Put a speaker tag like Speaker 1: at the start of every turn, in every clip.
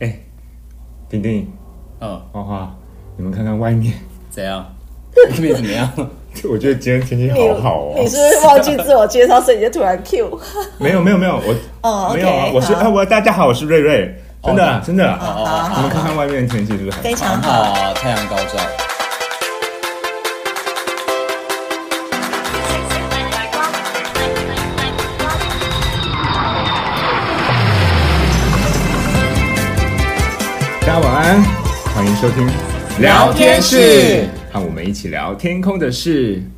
Speaker 1: 哎，丁丁，
Speaker 2: 嗯，
Speaker 1: 花花，你们看看外面，
Speaker 2: 怎样？外面怎么样？
Speaker 1: 我觉得今天天气好好哦。
Speaker 3: 你是不是忘记自我介绍，所以你就突然 Q？
Speaker 1: 没有没有没有，我、
Speaker 3: 哦，OK，
Speaker 1: 没有啊，我是
Speaker 3: 好
Speaker 1: 哎，我大家好，我是瑞瑞，真的、真的、
Speaker 2: 哦
Speaker 3: 好
Speaker 1: 你
Speaker 3: 好
Speaker 1: 们看
Speaker 3: 好，
Speaker 1: 看外面的天气是不是很
Speaker 3: 非常
Speaker 2: 很
Speaker 3: 好。
Speaker 2: 好啊，太阳高照。
Speaker 1: 大家晚安，欢迎收听
Speaker 2: 聊天室，
Speaker 1: 和我们一起聊天空的事。
Speaker 3: 嗯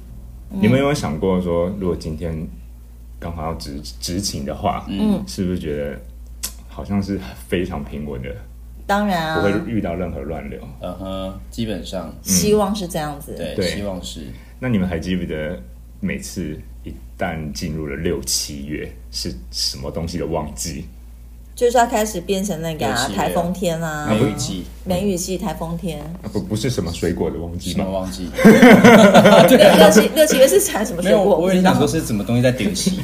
Speaker 1: 你们有没有想过说，如果今天刚好要执执勤的话，嗯，是不是觉得嘖好像是非常平稳的，
Speaker 3: 当然
Speaker 1: 不会嗯
Speaker 3: 啊，
Speaker 1: 遇到任何乱流？
Speaker 2: 嗯哼，基本上
Speaker 3: 希望是这样子。
Speaker 2: 对，
Speaker 1: 对
Speaker 2: 希望是
Speaker 1: 那你们还记不记得每次一旦进入了六七月是什么东西的旺季？
Speaker 3: 就是要开始变成那个啊
Speaker 2: 尤其
Speaker 3: 台风天啊，
Speaker 2: 梅雨季，
Speaker 3: 梅雨季、台风天。
Speaker 1: 啊、不不是什么水果的旺季
Speaker 2: 什么
Speaker 1: 吗？
Speaker 2: 忘记？
Speaker 3: 六六七六七月是产什么
Speaker 2: 没
Speaker 3: 水
Speaker 2: 有，
Speaker 3: 果？
Speaker 2: 我
Speaker 3: 不
Speaker 2: 我
Speaker 3: 知
Speaker 2: 也
Speaker 3: 道
Speaker 2: 想 说是什么东西在丢戏，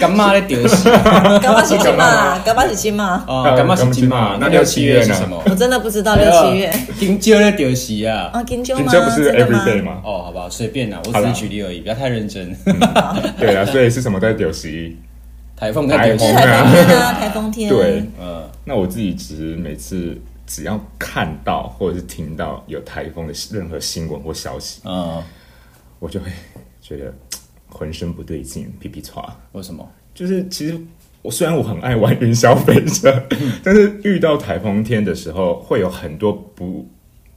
Speaker 2: 干嘛在丢戏
Speaker 3: 干巴喜金嘛，干巴喜金嘛，
Speaker 2: 啊？干嘛是金马？
Speaker 1: 那
Speaker 2: 六
Speaker 1: 六七
Speaker 2: 七
Speaker 1: 月呢
Speaker 2: 是什么？
Speaker 3: 我真的不知道
Speaker 2: 啊
Speaker 3: 六七月
Speaker 2: 金鸠在丢戏啊！
Speaker 3: 啊，金秋
Speaker 1: 你
Speaker 3: 吗？
Speaker 1: 这不是
Speaker 3: 真的
Speaker 1: every
Speaker 3: 吗？
Speaker 1: day 吗？
Speaker 2: 哦，好吧，随便啦，我
Speaker 1: 好
Speaker 2: 只
Speaker 1: 啦
Speaker 2: 是举例而已，不要太认真。
Speaker 1: 对啊，所以是什么在九十一？
Speaker 2: 台风在丢
Speaker 3: 就是
Speaker 2: 戏
Speaker 1: 台，
Speaker 3: 台风天啊，台风天。
Speaker 1: 对，
Speaker 2: 嗯，
Speaker 1: 那我自己其实每次只要看到或者是听到有台风的任何新闻或消息，
Speaker 2: 嗯，
Speaker 1: 我就会觉得嘖浑身不对劲，屁屁喘。
Speaker 2: 为什么？
Speaker 1: 就是其实我虽然我很爱玩云霄飞车，但是遇到台风天的时候，会有很多不。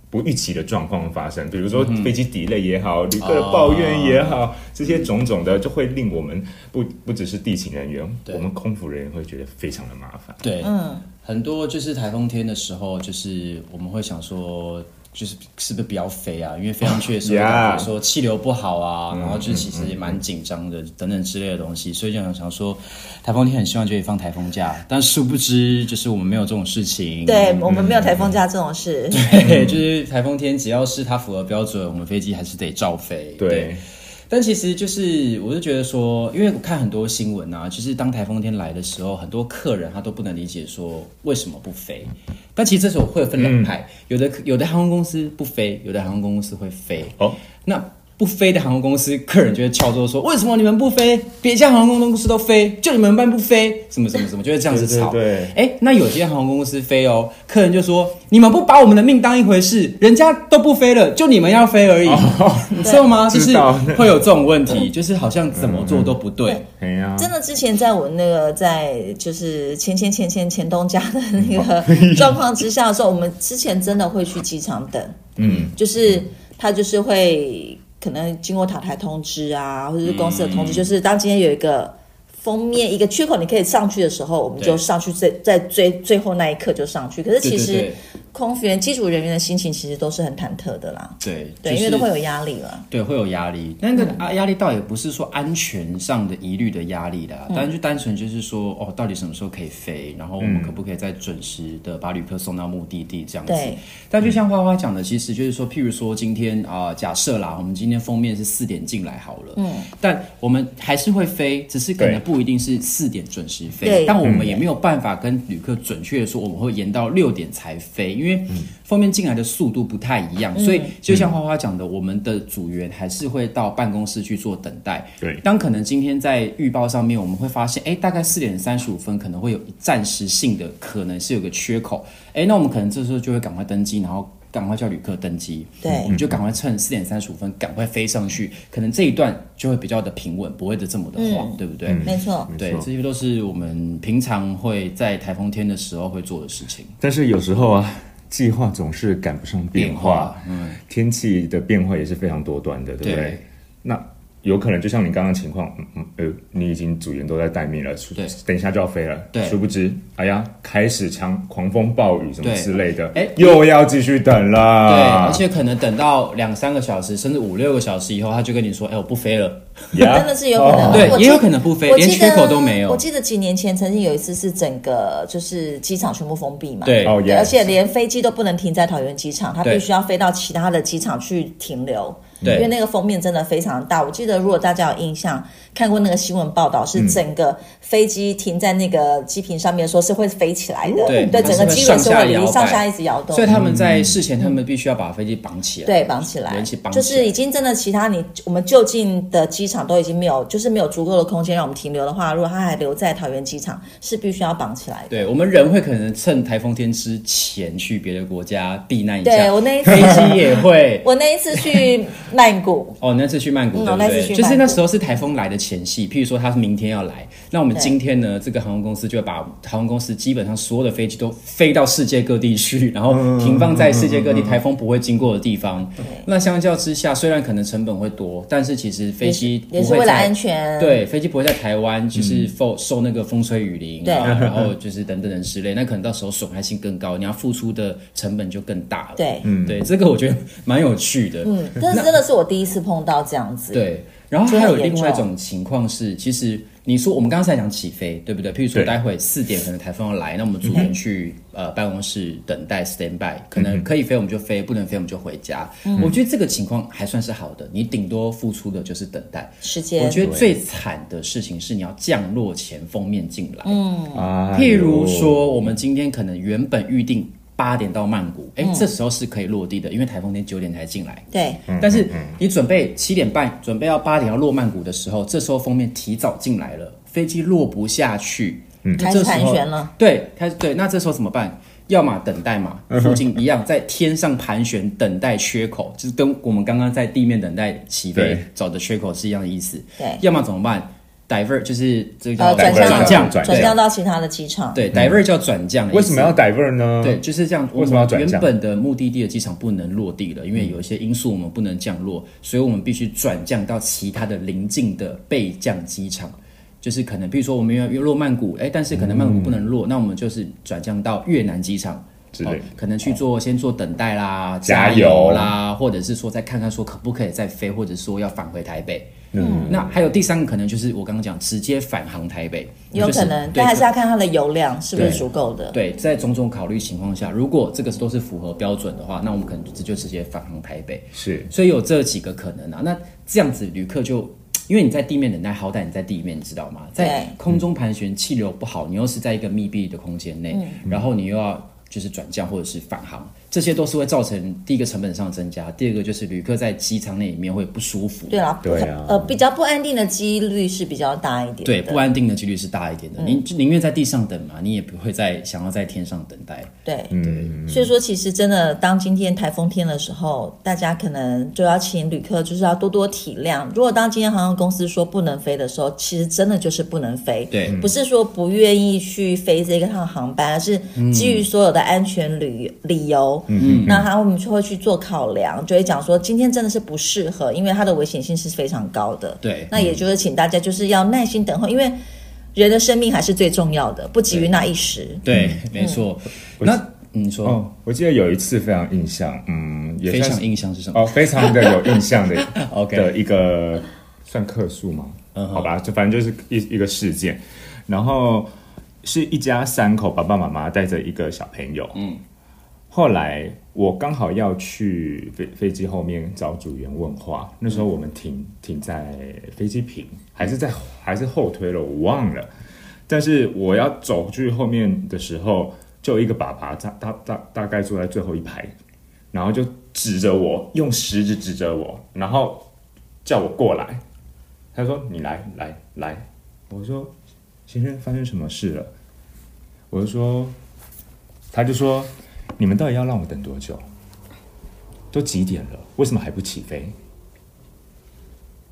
Speaker 1: 不预期的状况发生，比如说飞机 delay 也好，旅客的抱怨也好，这些种种的，就会令我们不不只是地勤人员，
Speaker 2: 对
Speaker 1: 我们空服人员会觉得非常的麻烦。
Speaker 2: 对，嗯，很多就是台风天的时候，就是我们会想说，就是是不是不要飞啊？因为飞上去的时候，
Speaker 1: Yeah
Speaker 2: 感觉说气流不好啊，然后就其实也蛮紧张的，等等之类的东西，所以就想想说，台风天很希望就可以放台风假，但殊不知就是我们没有这种事情。
Speaker 3: 对我们没有台风假这种事。
Speaker 2: 对，
Speaker 1: 嗯
Speaker 2: 就是台风天，只要是它符合标准，我们飞机还是得照飞。
Speaker 1: 对，
Speaker 2: 但其实就是，我就觉得说，因为我看很多新闻啊，就是当台风天来的时候，很多客人他都不能理解说为什么不飞。但其实这时候会分两派，
Speaker 1: 嗯
Speaker 2: 有的有的航空公司不飞，有的航空公司会飞。
Speaker 1: 哦，
Speaker 2: 那不飞的航空公司，客人就会敲桌说：“为什么你们不飞？别家航空公司都飞，就你们班不飞，什么什么什么，就会这样子吵。
Speaker 1: 对对
Speaker 2: 哎，那有些航空公司飞哦，客人就说：“你们不把我们的命当一回事，人家都不飞了，就你们要飞而已，你知道吗？”就
Speaker 1: 哦知
Speaker 2: 是
Speaker 1: 道
Speaker 2: 会有这种问题，就是好像怎么做都不对。
Speaker 1: 哎呀，
Speaker 3: 真的，之前在我那个在就是前前前前前东家的那
Speaker 2: 嗯
Speaker 3: 个 状况之下的时候，我们之前真的会去机场等，
Speaker 1: 嗯，
Speaker 3: 就是他就是会可能经过塔台通知啊，或者是公司的
Speaker 2: 嗯
Speaker 3: 通知，就是当今天有一个封面一个缺口，你可以上去的时候，我们就
Speaker 2: 对
Speaker 3: 上去最在最最后那一刻就上去。可是
Speaker 2: 对
Speaker 3: 其
Speaker 2: 对
Speaker 3: 实
Speaker 2: 对
Speaker 3: 空服员、机组人员的心情其实都是很忐忑的啦，
Speaker 2: 对，
Speaker 3: 对，
Speaker 2: 就是
Speaker 3: 因为都会有压力了。
Speaker 2: 对，会有压力。那
Speaker 3: 嗯
Speaker 2: 个啊，压力倒也不是说安全上的疑虑的压力
Speaker 3: 嗯
Speaker 2: 啦，但就单纯就是说，哦，到底什么时候可以飞，然后我们可不可以再准时的把旅客送到目的地这样子
Speaker 3: 对？
Speaker 2: 但就像花花讲的，其实就是说，譬如说今天啊、假设啦，我们今天封面是四点进来好了，嗯，但我们还是会飞，只是可
Speaker 1: 对
Speaker 2: 能不一定是四点准时飞
Speaker 3: 对，
Speaker 2: 但我们也没有办法跟旅客准确的说我们会延到六点才飞，因为封面进来的速度不太一样，所以就像花花讲的，我们的组员还是会到办公室去做等待。
Speaker 1: 对，
Speaker 2: 当可能今天在预报上面，我们会发现，哎，大概四点三十五分可能会有暂时性的，可能是有个缺口，哎，那我们可能这时候就会赶快登机，然后赶快叫旅客登机，
Speaker 3: 对
Speaker 2: 我们就赶快趁四点三十五分赶快飞上去，可能这一段就会比较的平稳，不会的这么的晃，对不对？
Speaker 3: 嗯没错，
Speaker 2: 对，这些都是我们平常会在台风天的时候会做的事情。
Speaker 1: 但是有时候啊，计划总是赶不上变化，嗯，天气的变化也是非常多端的，对不对？
Speaker 2: 对
Speaker 1: 那有可能就像你刚刚的情况，嗯嗯，呃，你已经组员都在待命了，殊
Speaker 2: 对
Speaker 1: 等一下就要飞了，
Speaker 2: 对
Speaker 1: 殊不知，哎呀，开始强狂风暴雨什么
Speaker 2: 对
Speaker 1: 之类的，
Speaker 2: 哎
Speaker 1: 又要继续等
Speaker 3: 啊
Speaker 1: 了，
Speaker 2: 对，而 且可能等到两三个小时，甚至五六个小时以后，他就跟你说：“哎、我不飞了。
Speaker 1: 呀
Speaker 3: 真的是有可能。
Speaker 1: 哦
Speaker 2: 对
Speaker 3: 我，记
Speaker 2: 也有可能不飞，
Speaker 3: 我
Speaker 2: 连
Speaker 3: 记
Speaker 2: 缺
Speaker 3: 得
Speaker 2: 口都没有
Speaker 3: 我。记得几年前曾经有一次是整个就是机场全部封闭嘛，
Speaker 2: 对
Speaker 1: 哦
Speaker 3: 对
Speaker 1: yes
Speaker 3: 而且连飞机都不能停在桃园机场，它
Speaker 2: 对嗯
Speaker 3: 必须要飞到其他的机场去停留。
Speaker 2: 对
Speaker 3: 因为那个封面真的非常大。我记得如果大家有印象看过那个新闻报道，
Speaker 2: 嗯
Speaker 3: 是整个飞机停在那个机坪上面，说是会飞起来的，
Speaker 2: 对
Speaker 3: 对，整个机尾是
Speaker 2: 它是会上下
Speaker 3: 会
Speaker 2: 摇
Speaker 3: 离
Speaker 2: 摆
Speaker 3: 上下一直摇动
Speaker 2: 所。以他们在事前，他们必须要把飞机绑起来，
Speaker 3: 对，绑起
Speaker 2: 人
Speaker 3: 来
Speaker 2: 起绑，起
Speaker 3: 就
Speaker 2: 来，
Speaker 3: 是已经真的，其他你我们就近的机场都已经没有，就是没有足够的空间让我们停留的话，如果它还留在桃园机场，是必须要绑起来的。
Speaker 2: 对我们人会可能趁台风天之前去别的国家避难一下，
Speaker 3: 对我那一次。
Speaker 2: 飞机也会
Speaker 3: 我那一次去 曼谷，
Speaker 2: 哦，那次去曼谷，
Speaker 3: 嗯
Speaker 2: 对不
Speaker 3: 我那次
Speaker 2: 对？
Speaker 3: 去
Speaker 2: 就是
Speaker 3: 曼谷
Speaker 2: 那时候是台风来的前夕，譬如说它是明天要来，那我们
Speaker 3: 对
Speaker 2: 今天呢，这个航空公司就会把航空公司基本上所有的飞机都飞到世界各地去，然后停放在世界
Speaker 3: 嗯
Speaker 2: 各地台风不会经过的地方。那相较之下，虽然可能成本会多，但是其实飞机
Speaker 3: 也
Speaker 2: 不
Speaker 3: 是
Speaker 2: 会
Speaker 3: 为了
Speaker 2: 在
Speaker 3: 安全。，
Speaker 2: 对，飞机不会在台湾，就是受受那个风吹雨淋，
Speaker 3: 对
Speaker 2: 然后然后就是等等等之类，那可能到时候损害性更高，你要付出的成本就更大了。
Speaker 3: 对，
Speaker 2: 对，这个我觉得蛮有趣的。
Speaker 3: 嗯，这真的是我第一次碰到这样子。，
Speaker 2: 对，然后
Speaker 3: 就
Speaker 2: 还有
Speaker 3: 很严
Speaker 2: 另外一
Speaker 3: 重
Speaker 2: 种情况是，其实你说我们刚才讲起飞，对不对？譬如说
Speaker 1: 对
Speaker 2: 待会四点可能台风要来，那我们组员去、呃办公室等待 stand by，可能可以飞我们就飞，不能飞我们就回家。我觉得这个情况还算是好的，你顶多付出的就是等待。
Speaker 3: 时
Speaker 2: 我
Speaker 3: 间
Speaker 2: 觉得最惨的事情是你要降落前封面进来。
Speaker 1: 啊
Speaker 2: 譬如说，我们今天可能原本预定八点到曼谷，哎、这时候是可以落地的，因为台风天九点才进来。
Speaker 3: 对，
Speaker 1: 嗯
Speaker 2: 但是你准备七点半，准备要八点要落曼谷的时候，这时候封面提早进来了，飞机落不下去，那
Speaker 1: 嗯
Speaker 3: 开
Speaker 2: 这
Speaker 3: 始
Speaker 2: 时
Speaker 3: 盘
Speaker 2: 候
Speaker 3: 旋了。
Speaker 2: 对，开始对，那这时候怎么办？要么等待嘛，附近一样在天上盘旋等待缺口，就是跟我们刚刚在地面等待起飞
Speaker 1: 对
Speaker 2: 找的缺口是一样的意思。
Speaker 3: 对
Speaker 2: 要么怎么办？divert 就是这个
Speaker 3: 呃，
Speaker 2: 叫
Speaker 3: 转
Speaker 1: divert
Speaker 3: 向
Speaker 2: 降，
Speaker 1: 转嗯
Speaker 3: 转
Speaker 2: 对
Speaker 3: 向到其他的机场。
Speaker 2: 对，divert 叫转降的意思。
Speaker 1: 为什么要 divert 呢？
Speaker 2: 对，，就是这样。
Speaker 1: 嗯为什么要转嗯
Speaker 2: 原
Speaker 1: 降
Speaker 2: 本的目的地的机场不能落地了，因为有一些因素我们不能降落，所以我们必须转降到其他的邻近的备降机场。就是可能，比如说我们要要落曼谷，哎，但是可能曼谷不能落，那我们就是转降到越南机场
Speaker 1: 嗯
Speaker 2: 哦
Speaker 1: 之类的
Speaker 2: 可能去做先做等待啦、
Speaker 1: 加
Speaker 2: 油
Speaker 1: 油
Speaker 2: 啦，或者是说再看看说可不可以再飞，或者说要返回台北。嗯，那还有第三个可能就是我刚刚讲直接返航台北，
Speaker 3: 有
Speaker 2: 就是
Speaker 3: 可能，
Speaker 2: 对
Speaker 3: 但还是要看它的油量是不是
Speaker 2: 对
Speaker 3: 足够的。
Speaker 2: 对，在种种考虑情况下，如果这个都是符合标准的话，那我们可能就就直接返航台北。
Speaker 1: 是
Speaker 2: 所以有这几个可能啊。那这样子旅客就，因为你在地面等待，好歹你在地面，你知道吗？在
Speaker 3: 对
Speaker 2: 空中盘旋，气流不好，你又是在一个密闭的空间内，
Speaker 3: 嗯
Speaker 2: 然后你又要。就是转降或者是返航，这些都是会造成第一个成本上的增加，第二个就是旅客在机舱内里面会不舒服。
Speaker 3: 对啦，
Speaker 1: 对啊
Speaker 3: 呃，比较不安定的几率是比较大一点的。
Speaker 2: 对，不安定的几率是大一点的。
Speaker 3: 嗯
Speaker 2: 你就宁愿在地上等嘛，你也不会在想要在天上等待。
Speaker 3: 对，所以说其实真的，当今天台风天的时候，大家可能就要请旅客就是要多多体谅。如果当今天航空公司说不能飞的时候，其实真的就是不能飞。
Speaker 2: 对
Speaker 3: 不是说不愿意去飞这个趟航班，而是基于所有的安全理理由，嗯，那他我们就会去做考量，就会讲说今天真的是不适合，因为它的危险性是非常高的。
Speaker 2: 对
Speaker 3: 那也就是请大家就是要耐心等候，因为人的生命还是最重要的，不急于那一时。
Speaker 2: 对，没错。那嗯你说、
Speaker 1: 嗯哦，我记得有一次非常印象，嗯，也
Speaker 2: 非
Speaker 1: 算
Speaker 2: 常
Speaker 1: 是
Speaker 2: 印象是什么、
Speaker 1: 哦，非常的有印象的
Speaker 2: o k
Speaker 1: 的一个算客数吗？
Speaker 2: 嗯哼
Speaker 1: 好吧，就反正就是一一个事件，然后是一家三口，爸爸妈妈带着一个小朋友，嗯，后来我刚好要去飞飞机后面找组员问话，那时候我们停
Speaker 2: 嗯
Speaker 1: 停在飞机坪，还是在还是后推了，我忘了，但是我要走去后面的时候，就有一个爸爸，他他大大概坐在最后一排，然后就指着我，用食指指着我，然后叫我过来。他说：“你来，来，来。”我说：“先生，发生什么事了？”我就说，他就说：“你们到底要让我等多久？都几点了？为什么还不起飞？”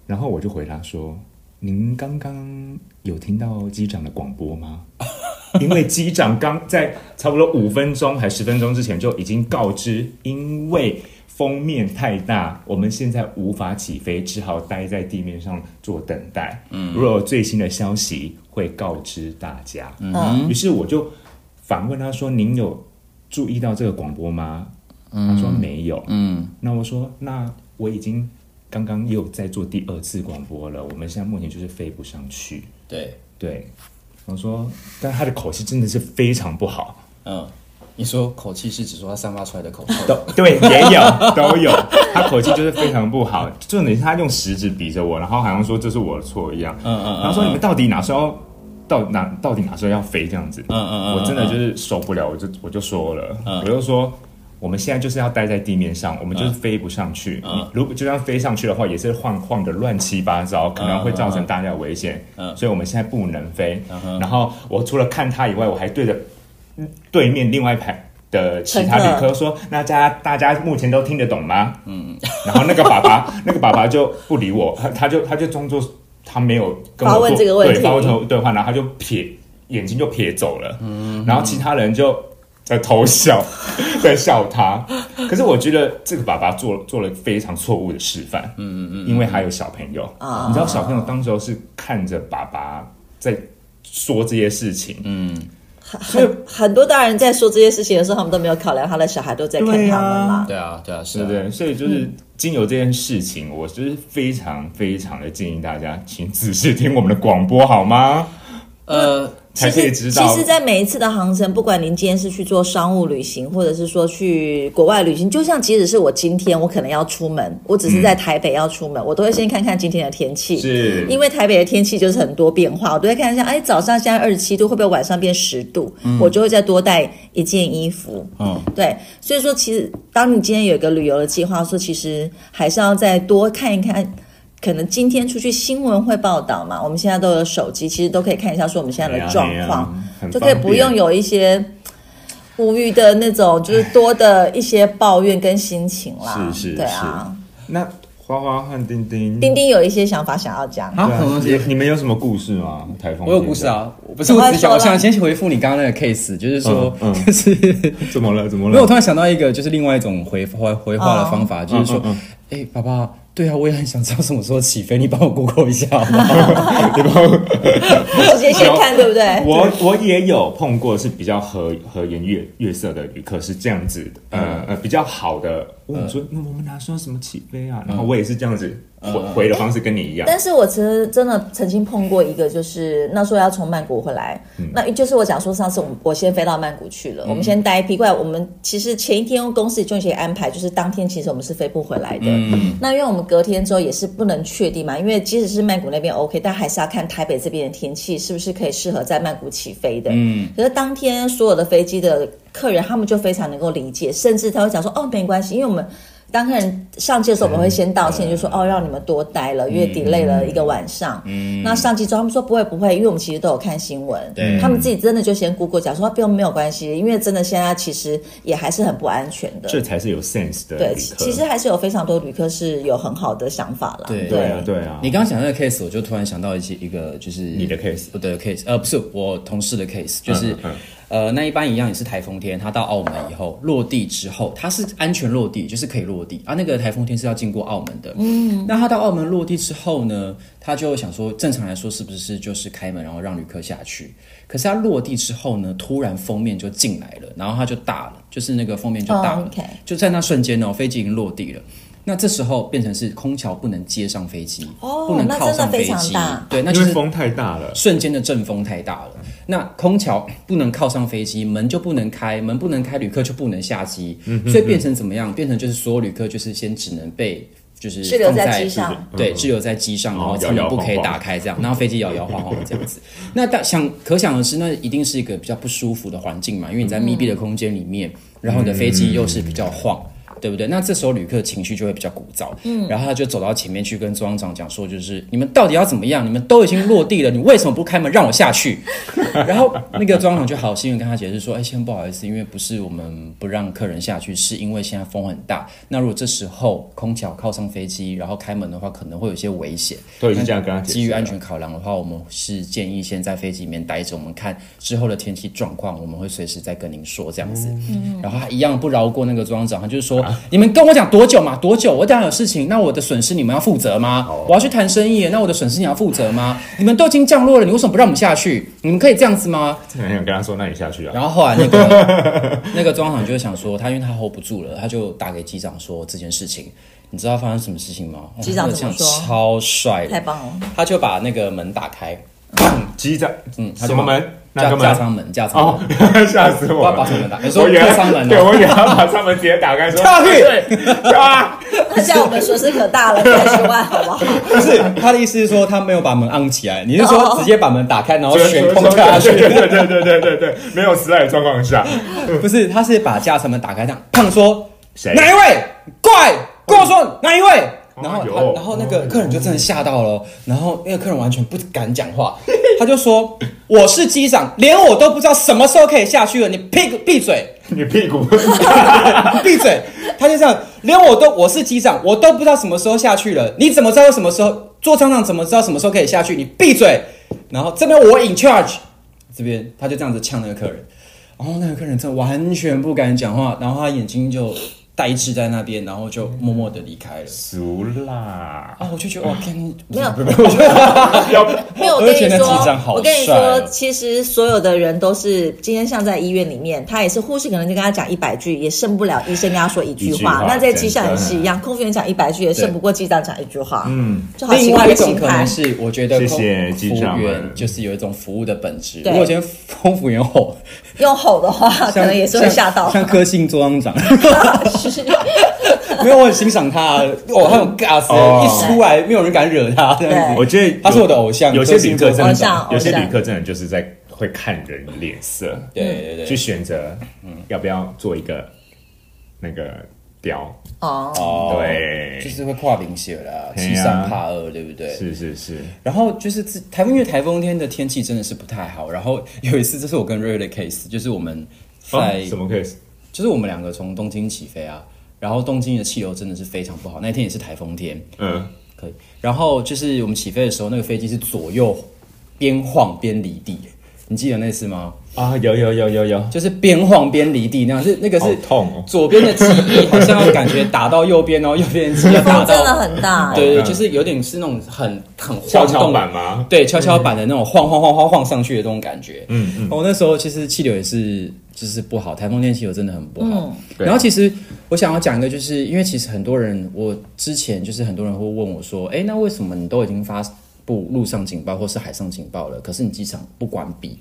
Speaker 1: 然后我就回答说：“您刚刚有听到机长的广播吗？” 因为机长刚在差不多五分钟还十分钟之前就已经告知，因为封面太大，我们现在无法起飞，只好待在地面上做等待。嗯，如果有最新的消息会告知大家。嗯，于是我就反问他说：“您有注意到这个广播吗？”他说没有。嗯，那我说那我已经刚刚又在做第二次广播了，我们现在目前就是飞不上去。
Speaker 2: 对，
Speaker 1: 对，我说，但他的口气真的是非常不好。
Speaker 2: 嗯，你说口气是指说他散发出来的口臭，
Speaker 1: 都 对，啊也有都 有。他口气就是非常不好，重点是他用食指比着我，然后好像说这是我的错一样。
Speaker 2: 嗯嗯
Speaker 1: 然后说你们到底哪时候到哪到底哪时候要飞这样子？
Speaker 2: 嗯嗯嗯
Speaker 1: 我真的就是受不了，我就我就说了，
Speaker 2: 嗯
Speaker 1: 我就说。我们现在就是要待在地面上，我们就是飞不上去。
Speaker 2: 嗯
Speaker 1: 你如果就算飞上去的话，也是晃晃的乱七八糟，可能会造成大家的危险。
Speaker 2: 嗯
Speaker 1: 所以我们现在不能飞。
Speaker 2: 哼
Speaker 1: 然后我除了看他以外，我还对着嗯对面另外一排的其他旅客说：“那大家大家目前都听得懂吗？”嗯，然后那个爸爸那个爸爸就不理我，他他就他就装作他没有跟我
Speaker 3: 发问
Speaker 1: 做
Speaker 3: 这个问题
Speaker 1: 对发问这个对话，然后他就撇眼睛就撇走了，嗯，然后其他人就。在偷 笑，在笑他。可是我觉得这个爸爸做做了非常错误的示范，嗯嗯嗯，因为还有小朋友，
Speaker 3: 啊
Speaker 1: 你知道小朋友当时候是看着爸爸在说这些事情，
Speaker 3: 很很多大人在说这些事情的时候，他们都没有考量他的小孩都在看他们
Speaker 1: 对啊
Speaker 3: 啦。
Speaker 2: 对啊对啊是
Speaker 1: 对
Speaker 2: 啊
Speaker 1: 不对？所以就是
Speaker 3: 嗯
Speaker 1: 经由这件事情，我就是非常非常的建议大家，请仔细听我们的广播好吗？
Speaker 2: 呃
Speaker 1: 才可以知道
Speaker 3: 其实，在每一次的航程，不管您今天是去做商务旅行，或者是说去国外旅行，就像即使是我今天我可能要出门，我只是
Speaker 1: 嗯
Speaker 3: 在台北要出门，我都会先看看今天的天气。
Speaker 1: 是
Speaker 3: 因为台北的天气就是很多变化，我都会看一下，哎，早上现在二十七度，会不会晚上变十度？
Speaker 1: 嗯
Speaker 3: 我就会再多带一件衣服。
Speaker 1: 哦
Speaker 2: 嗯
Speaker 3: 对，所以说其实当你今天有一个旅游的计划，说其实还是要再多看一看。可能今天出去新闻会报道嘛，我们现在都有手机，其实都可以看一下说我们现在的状
Speaker 1: 哎呀
Speaker 3: 况，，
Speaker 1: 很
Speaker 3: 就可以
Speaker 1: 方
Speaker 3: 不用
Speaker 1: 便
Speaker 3: 有一些无语的那种，就是多的一些抱怨跟心情 啦。
Speaker 1: 是是
Speaker 3: 对啊。
Speaker 1: 那花花和丁丁，
Speaker 3: 丁丁有一些想法想 要讲，
Speaker 2: 啊
Speaker 1: 对啊
Speaker 2: 什么东西
Speaker 1: 也？你们有什么故事吗？台风，
Speaker 2: 我有故事，啊，我不是我只想，我想先回复你刚刚那个 case，就是说，
Speaker 1: 嗯嗯
Speaker 2: 就是
Speaker 1: 怎么了？怎么
Speaker 2: 没有，
Speaker 1: 了？
Speaker 2: 我突然想到一个，就是另外一种回回回话的方法，
Speaker 1: 哦
Speaker 2: 就是说，哎、
Speaker 1: 嗯
Speaker 2: 爸爸，对啊，我也很想知道什么时候起飞，你帮我 Google 一下好不好？
Speaker 1: 你帮我
Speaker 3: 直接先看，对不对？
Speaker 1: 我我也有碰过是比较和和颜悦悦色的旅客是这样子的，呃
Speaker 3: 嗯
Speaker 1: 呃比较好的问我说、嗯我们哪时候什么起飞
Speaker 3: 嗯
Speaker 1: 啊？然后我也是这样子回、回的方式跟你一样，
Speaker 3: 但是我其实真的曾经碰过一个，就是那时候要从曼谷回来，
Speaker 1: 嗯
Speaker 3: 那就是我讲说上次我们我先飞到曼谷去了，我们先待一批。过来我们其实前一天公司就有些安排，就是当天其实我们是飞不回来的。
Speaker 1: 嗯
Speaker 3: 那因为我们隔天之后也是不能确定嘛，因为即使是曼谷那边 OK，但还是要看台北这边的天气是不是可以适合在曼谷起飞的。嗯，可是当天所有的飞机的客人他们就非常能够理解，甚至他会讲说哦没关系，因为我们。当客人上机的时候，我们会先道歉，就说哦，让你们多待了，因为 delay 了一个晚上。嗯，那上机之后，他们说不会不会，因为我们其实都有看新闻，
Speaker 2: 对
Speaker 3: 他们自己真的就先 Google 讲说不用没有关系，因为真的现在其实也还是很不安全的。
Speaker 1: 这才是有 sense 的
Speaker 3: 对，
Speaker 1: 旅
Speaker 3: 其
Speaker 1: 客。
Speaker 3: 其实还是有非常多旅客是有很好的想法啦。
Speaker 2: 对
Speaker 1: 对啊 对啊，
Speaker 2: 你刚刚讲那个 case，我就突然想到一些一个就是你
Speaker 1: 的 case
Speaker 2: 我的 case，呃，不是我同事的 case，就是、
Speaker 1: 嗯嗯
Speaker 2: 呃那一班一样也是台风天，他到澳门以后落地之后，他是安全落地，就是可以落地啊。那个台风天是要经过澳门的，嗯，那他到澳门落地之后呢，他就想说，正常来说是不是就是开门然后让旅客下去？可是他落地之后呢，突然封面就进来了，然后他就大了，就是那个封面就大了。
Speaker 3: 哦，OK
Speaker 2: 就在那瞬间哦，飞机已经落地了。那这时候变成是空桥不能接上飞机，
Speaker 3: 哦
Speaker 2: 不能靠上飞
Speaker 3: 那真的非
Speaker 2: 机
Speaker 3: 常大，
Speaker 2: 对，那
Speaker 1: 因
Speaker 2: 就
Speaker 1: 为
Speaker 2: 是
Speaker 1: 风太大了，
Speaker 2: 瞬间的阵风太大了。那空桥不能靠上飞机，门就不能开，门不能开，旅客就不能下机，所以变成怎么样？变成就是所有旅客就是先只能被。就是
Speaker 3: 滞留
Speaker 2: 放
Speaker 3: 在
Speaker 2: 在
Speaker 3: 机上，
Speaker 2: 对，滞留在机上，然后
Speaker 1: 哦
Speaker 2: 舱
Speaker 1: 摇
Speaker 2: 门
Speaker 1: 摇
Speaker 2: 不可以
Speaker 1: 晃晃
Speaker 2: 打开，这样，然后飞机摇摇晃晃的这样子。那大想可想而知，那一定是一个比较不舒服的环境嘛，因为你在密闭的空间里面，然后你的飞机又是比较晃，
Speaker 1: 嗯
Speaker 2: 对不对？那这时候旅客情绪就会比较鼓噪，嗯，然后他就走到前面去跟组长讲说，就是你们到底要怎么样？你们都已经落地了，你为什么不开门让我下去？ 然后那个庄长就好心的跟他解释说：“哎，先不好意思，因为不是我们不让客人下去，是因为现在风很大。那如果这时候空调靠上飞机，然后开门的话，可能会有一些危险。
Speaker 1: 都已经这样跟他解释了
Speaker 2: 基于啊安全考量的话，我们是建议先在飞机里面待着，我们看之后的天气状况，我们会随时再跟您说这样子。
Speaker 1: 嗯
Speaker 3: 嗯
Speaker 2: 然后他一样不饶过那个庄长，他就是说：你们跟我讲多久嘛？多久？我等下有事情，那我的损失你们要负责吗？
Speaker 1: 啊
Speaker 2: 我要去谈生意，那我的损失你要负责吗？你们都已经降落了，你为什么不让我们下去？你们可以这样 子吗？
Speaker 1: 很想跟他说，那你下去啊。
Speaker 2: 然后后来那个 那个庄长就想说，他因为他 hold 不住了，他就打给机长说这件事情。你知道发生什么事情吗？哦
Speaker 3: 机长
Speaker 2: 那个
Speaker 3: 怎么说
Speaker 2: 超帅的
Speaker 3: 太棒了！
Speaker 2: 他就把那个门打开，
Speaker 1: 机长，嗯，
Speaker 2: 他
Speaker 1: 什
Speaker 2: 就
Speaker 1: 么门？那
Speaker 2: 架
Speaker 1: 干嘛
Speaker 2: 架舱门，架舱
Speaker 1: 哦
Speaker 2: 门，，
Speaker 1: 吓死我
Speaker 2: 把把
Speaker 1: 了！
Speaker 2: 舱门打开，说
Speaker 1: 我以为
Speaker 2: 客舱门
Speaker 1: 对
Speaker 2: 哦，
Speaker 1: 我以为他把舱门直接打开，说
Speaker 2: 跳下去
Speaker 1: 对， 啊，
Speaker 3: 那像我们损失可大了，在之外好不好？
Speaker 2: 不是他的意思是说他没有把门按起来，你是说直接把门打开，然后悬哦空跳下
Speaker 1: 哦对
Speaker 2: 去？
Speaker 1: 对对对对对对，没有死海的状况下，
Speaker 2: 不是，他是把架舱门打开，这样胖说
Speaker 1: 谁
Speaker 2: 哪一位？过来跟我说哪一位？然后
Speaker 1: 哦
Speaker 2: 他
Speaker 1: 有，
Speaker 2: 然后那个客人就真的吓到了，然后那个客人完全不敢讲话，他就说我是机长，连我都不知道什么时候可以下去了，你闭闭嘴。
Speaker 1: 你屁 股，
Speaker 2: 闭嘴！他就这样，连我都我是机长，我都不知道什么时候下去了。你怎么知道什么时候做厂长？怎么知道什么时候可以下去？你闭嘴！然后这边我 in charge，这边他就这样子呛那个客人，然后那个客人真的完全不敢讲话，然后他眼睛就呆滞在那边，然后就默默的离开了。
Speaker 1: 俗 啦，
Speaker 3: 哦
Speaker 2: 啊，我就觉得哇，天，
Speaker 3: 没有
Speaker 2: 不是，不是我觉得
Speaker 1: 要
Speaker 3: 没有，我
Speaker 2: 我
Speaker 3: 跟
Speaker 2: 就
Speaker 3: 你
Speaker 2: 觉得
Speaker 3: 说
Speaker 2: 机长，好
Speaker 3: 我跟你
Speaker 2: 帅
Speaker 3: 说
Speaker 2: 哦，
Speaker 3: 其实所有的人都是今天像在医院里面，他也是护士，可能就跟他讲一百句，也胜不了医生跟他说一句
Speaker 1: 一句话
Speaker 3: 那在机上也是
Speaker 1: 真的
Speaker 3: 一样，空服员讲一百句也胜不过机长讲一句话。嗯，就好奇
Speaker 2: 另外
Speaker 3: 怪的
Speaker 2: 一种
Speaker 3: 心
Speaker 2: 可
Speaker 3: 态
Speaker 2: 能。是，我觉得
Speaker 1: 谢
Speaker 2: 空
Speaker 1: 谢机
Speaker 2: 服
Speaker 1: 长
Speaker 2: 务员
Speaker 1: 们
Speaker 2: 就是有一种服务的本质。
Speaker 3: 对
Speaker 2: 如果今天空服员吼，
Speaker 3: 用吼的话，可能也是会吓到。
Speaker 2: 像像柯信做厂长。
Speaker 3: 是
Speaker 2: 没有，我很欣赏他啊，哦，他很尬死
Speaker 1: 哦，
Speaker 2: 一出来没有人敢惹他，这样
Speaker 3: 对
Speaker 2: 子。
Speaker 1: 我觉得
Speaker 2: 哎他是我的偶像
Speaker 1: 有些旅客真
Speaker 3: 偶
Speaker 1: 的
Speaker 3: 像，
Speaker 1: 有些
Speaker 3: 偶像
Speaker 1: 旅客真的就是在会看人脸色，
Speaker 2: 对对嗯对
Speaker 1: 去
Speaker 2: 对，
Speaker 1: 选择要不要做一个那个雕，
Speaker 3: 哦，
Speaker 2: 哦
Speaker 1: 对
Speaker 2: 就是会跨屏血啦，
Speaker 1: 嘿呀
Speaker 2: 欺善怕恶，对不对？
Speaker 1: 是是是，
Speaker 2: 然后就是自台风，因为台风天的天气真的是不太好。然后有一次，这是我跟瑞瑞的 case，就是我们在、
Speaker 1: 哦什么 case？
Speaker 2: 就是我们两个从东京起飞啊，然后东京的气流真的是非常不好，那天也是台风天，
Speaker 1: 嗯，
Speaker 2: 可以。然后就是我们起飞的时候，那个飞机是左右边晃边离地，你记得那次吗？
Speaker 1: 啊，有有有有有，
Speaker 2: 就是边晃边离地那样，是那个
Speaker 1: 好
Speaker 2: 是
Speaker 1: 痛哦
Speaker 2: 左边的记忆好像感觉打到右边，然哦 后右边的记忆打
Speaker 3: 风真的
Speaker 2: 到，
Speaker 3: 很大。欸
Speaker 2: 对
Speaker 1: 嗯
Speaker 2: 对，就是有点是那种很很
Speaker 1: 跷
Speaker 2: 晃
Speaker 1: 跷
Speaker 2: 动
Speaker 1: 板，吗？
Speaker 2: 对，跷跷板的那种晃晃晃晃晃上去的那种感觉。嗯嗯，我那时候其实气流也是就是不好，台风天气流真的很不好。
Speaker 1: 对
Speaker 2: 然后其实我想要讲一个，就是因为其实很多人，我之前就是很多人会问我说，哎，那为什么你都已经发布陆上警报或是海上警报了，可是你机场不关闭？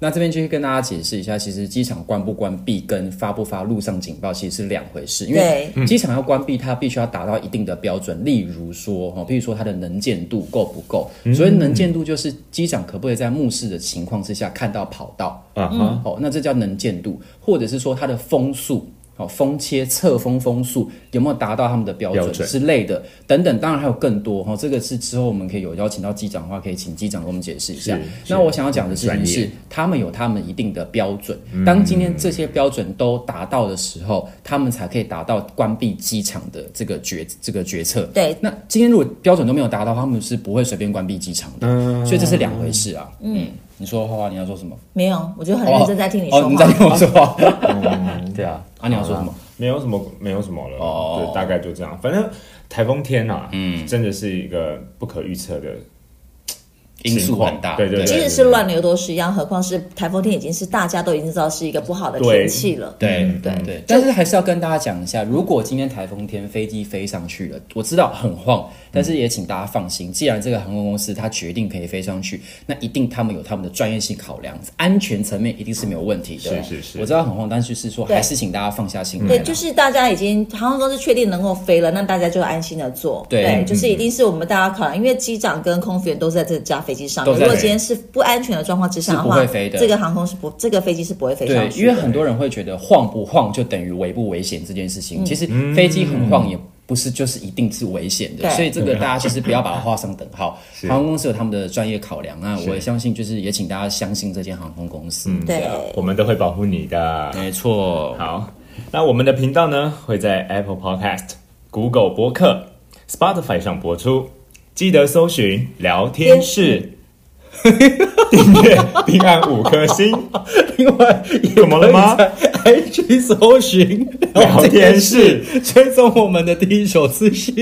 Speaker 2: 那这边就跟大家解释一下，其实机场关不关闭跟发不发陆上警报其实是两回事，因为
Speaker 1: 嗯
Speaker 2: 机场要关闭，它必须要达到一定的标准，例如说哈，哦譬如说它的能见度够不够，
Speaker 1: 嗯
Speaker 2: 所以能见度就是机长可不可以在目视的情况之下看到跑道，
Speaker 1: 啊哈，
Speaker 2: 哦，那这叫能见度，或者是说它的风速。哦，风切、侧风、风速有没有达到他们的标
Speaker 1: 标
Speaker 2: 准
Speaker 1: 准
Speaker 2: 之类的，等等，当然还有更多哈、哦。这个是之后我们可以有邀请到机长的话，可以请机长给我们解释一下
Speaker 1: 是。
Speaker 2: 那
Speaker 1: 是
Speaker 2: 我想要讲的事情
Speaker 1: 专业
Speaker 2: 是，他们有他们一定的标准，
Speaker 1: 嗯
Speaker 2: 当今天这些标准都达到的时候，他们才可以达到关闭机场的这个决这个决策。
Speaker 3: 对
Speaker 2: 那今天如果标准都没有达到，他们是不会随便关闭机场的，
Speaker 1: 嗯
Speaker 2: 所以这是两回事啊。嗯，你说花花你要说什么？
Speaker 3: 没有，我就很认真在听你说
Speaker 2: 哦，你在
Speaker 3: 话。
Speaker 2: 听我说话。
Speaker 1: 哦
Speaker 2: 对啊，啊，你要说什么？
Speaker 1: 没有什么，没有什么了，
Speaker 2: 哦
Speaker 1: 对，大概就这样。反正台风天啊，嗯，真的是一个不可预测的
Speaker 2: 因素很大，
Speaker 1: 对对对
Speaker 3: 即使是乱流都是一样，何况是台风天，已经是大家都已经知道是一个不好的
Speaker 1: 对
Speaker 3: 天气了。
Speaker 2: 对
Speaker 1: 嗯
Speaker 2: 对对，但是还是要跟大家讲一下，如果今天台风天飞机飞上去了，我知道很晃，但是也请大家放心，既然这个航空公司它决定可以飞上去，那一定他们有他们的专业性考量，安全层面一定是没有问题的。
Speaker 1: 是是是
Speaker 2: 我知道很晃，但是就是说
Speaker 3: 对
Speaker 2: 还是请大家放下心来啦。
Speaker 3: 对，就是大家已经航空公司确定能够飞了，那大家就安心的做。
Speaker 2: 对嗯
Speaker 3: 就是一定是我们大家考量，因为机长跟空服员都是在这架飞机上。
Speaker 2: 都
Speaker 3: 如
Speaker 2: 在
Speaker 3: 果
Speaker 2: 飞
Speaker 3: 今天是不安全的状况之下
Speaker 2: 是
Speaker 3: 的
Speaker 2: 不
Speaker 3: 话，
Speaker 2: 会飞的
Speaker 3: 这个航空是不，这个飞机是不会飞上
Speaker 2: 对，
Speaker 3: 去的。
Speaker 2: 因为很多人会觉得晃不晃就等于危不危险这件事情，其实飞机很晃也不是就是一定是危险的，
Speaker 3: 对
Speaker 2: 所以这个大家其实不要把它画上等号。航空公司有他们的专业考量啊，我也相信就是也请大家相信这间航空公司。
Speaker 3: 对
Speaker 2: 嗯
Speaker 1: 我们都会保护你的。
Speaker 2: 没错，
Speaker 1: 好，那我们的频道呢会在 Apple Podcast、Google 播客、Spotify 上播出，记得搜寻“聊天室”，订阅并按五颗 星。
Speaker 2: 另外
Speaker 1: 怎么了 吗？
Speaker 2: ？H 搜寻
Speaker 1: 聊天室，
Speaker 2: 追踪我们的第一手资讯，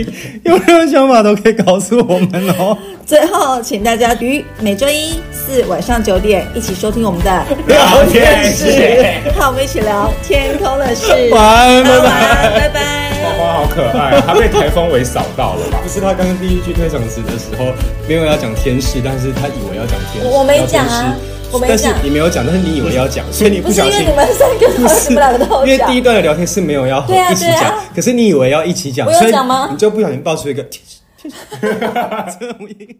Speaker 2: 有任何想法都可以告诉我们哦。
Speaker 3: 最后，请大家于每周一四晚上九点一起收听我 们的
Speaker 1: 聊天
Speaker 3: 是
Speaker 1: 室，，
Speaker 3: 和我们一起聊天空的事。
Speaker 2: 晚安，拜
Speaker 3: 晚
Speaker 2: 拜。
Speaker 1: 花
Speaker 3: 安，拜拜。
Speaker 1: 花好可爱、啊，它被台风尾扫到了吧？
Speaker 2: 不是他刚刚第一句推场词的时候没有要讲天使，但是他以为要讲天使，
Speaker 3: 我没讲啊
Speaker 2: 要天使，
Speaker 3: 我没
Speaker 4: 但是
Speaker 3: 讲
Speaker 4: 你没有讲，但是你以为要讲，所以你
Speaker 3: 不是
Speaker 4: 小
Speaker 3: 因为
Speaker 4: 心
Speaker 3: 你。们三个，
Speaker 4: 不是，
Speaker 3: 你们两个都有
Speaker 4: 因为
Speaker 3: 讲
Speaker 4: 第一。段的聊天是没有要
Speaker 3: 对啊
Speaker 4: 一起
Speaker 3: 对啊
Speaker 4: 讲，可是你以为要一起讲，
Speaker 3: 我有
Speaker 4: 所以
Speaker 3: 讲吗
Speaker 4: 你就不小心爆出一个 这种音。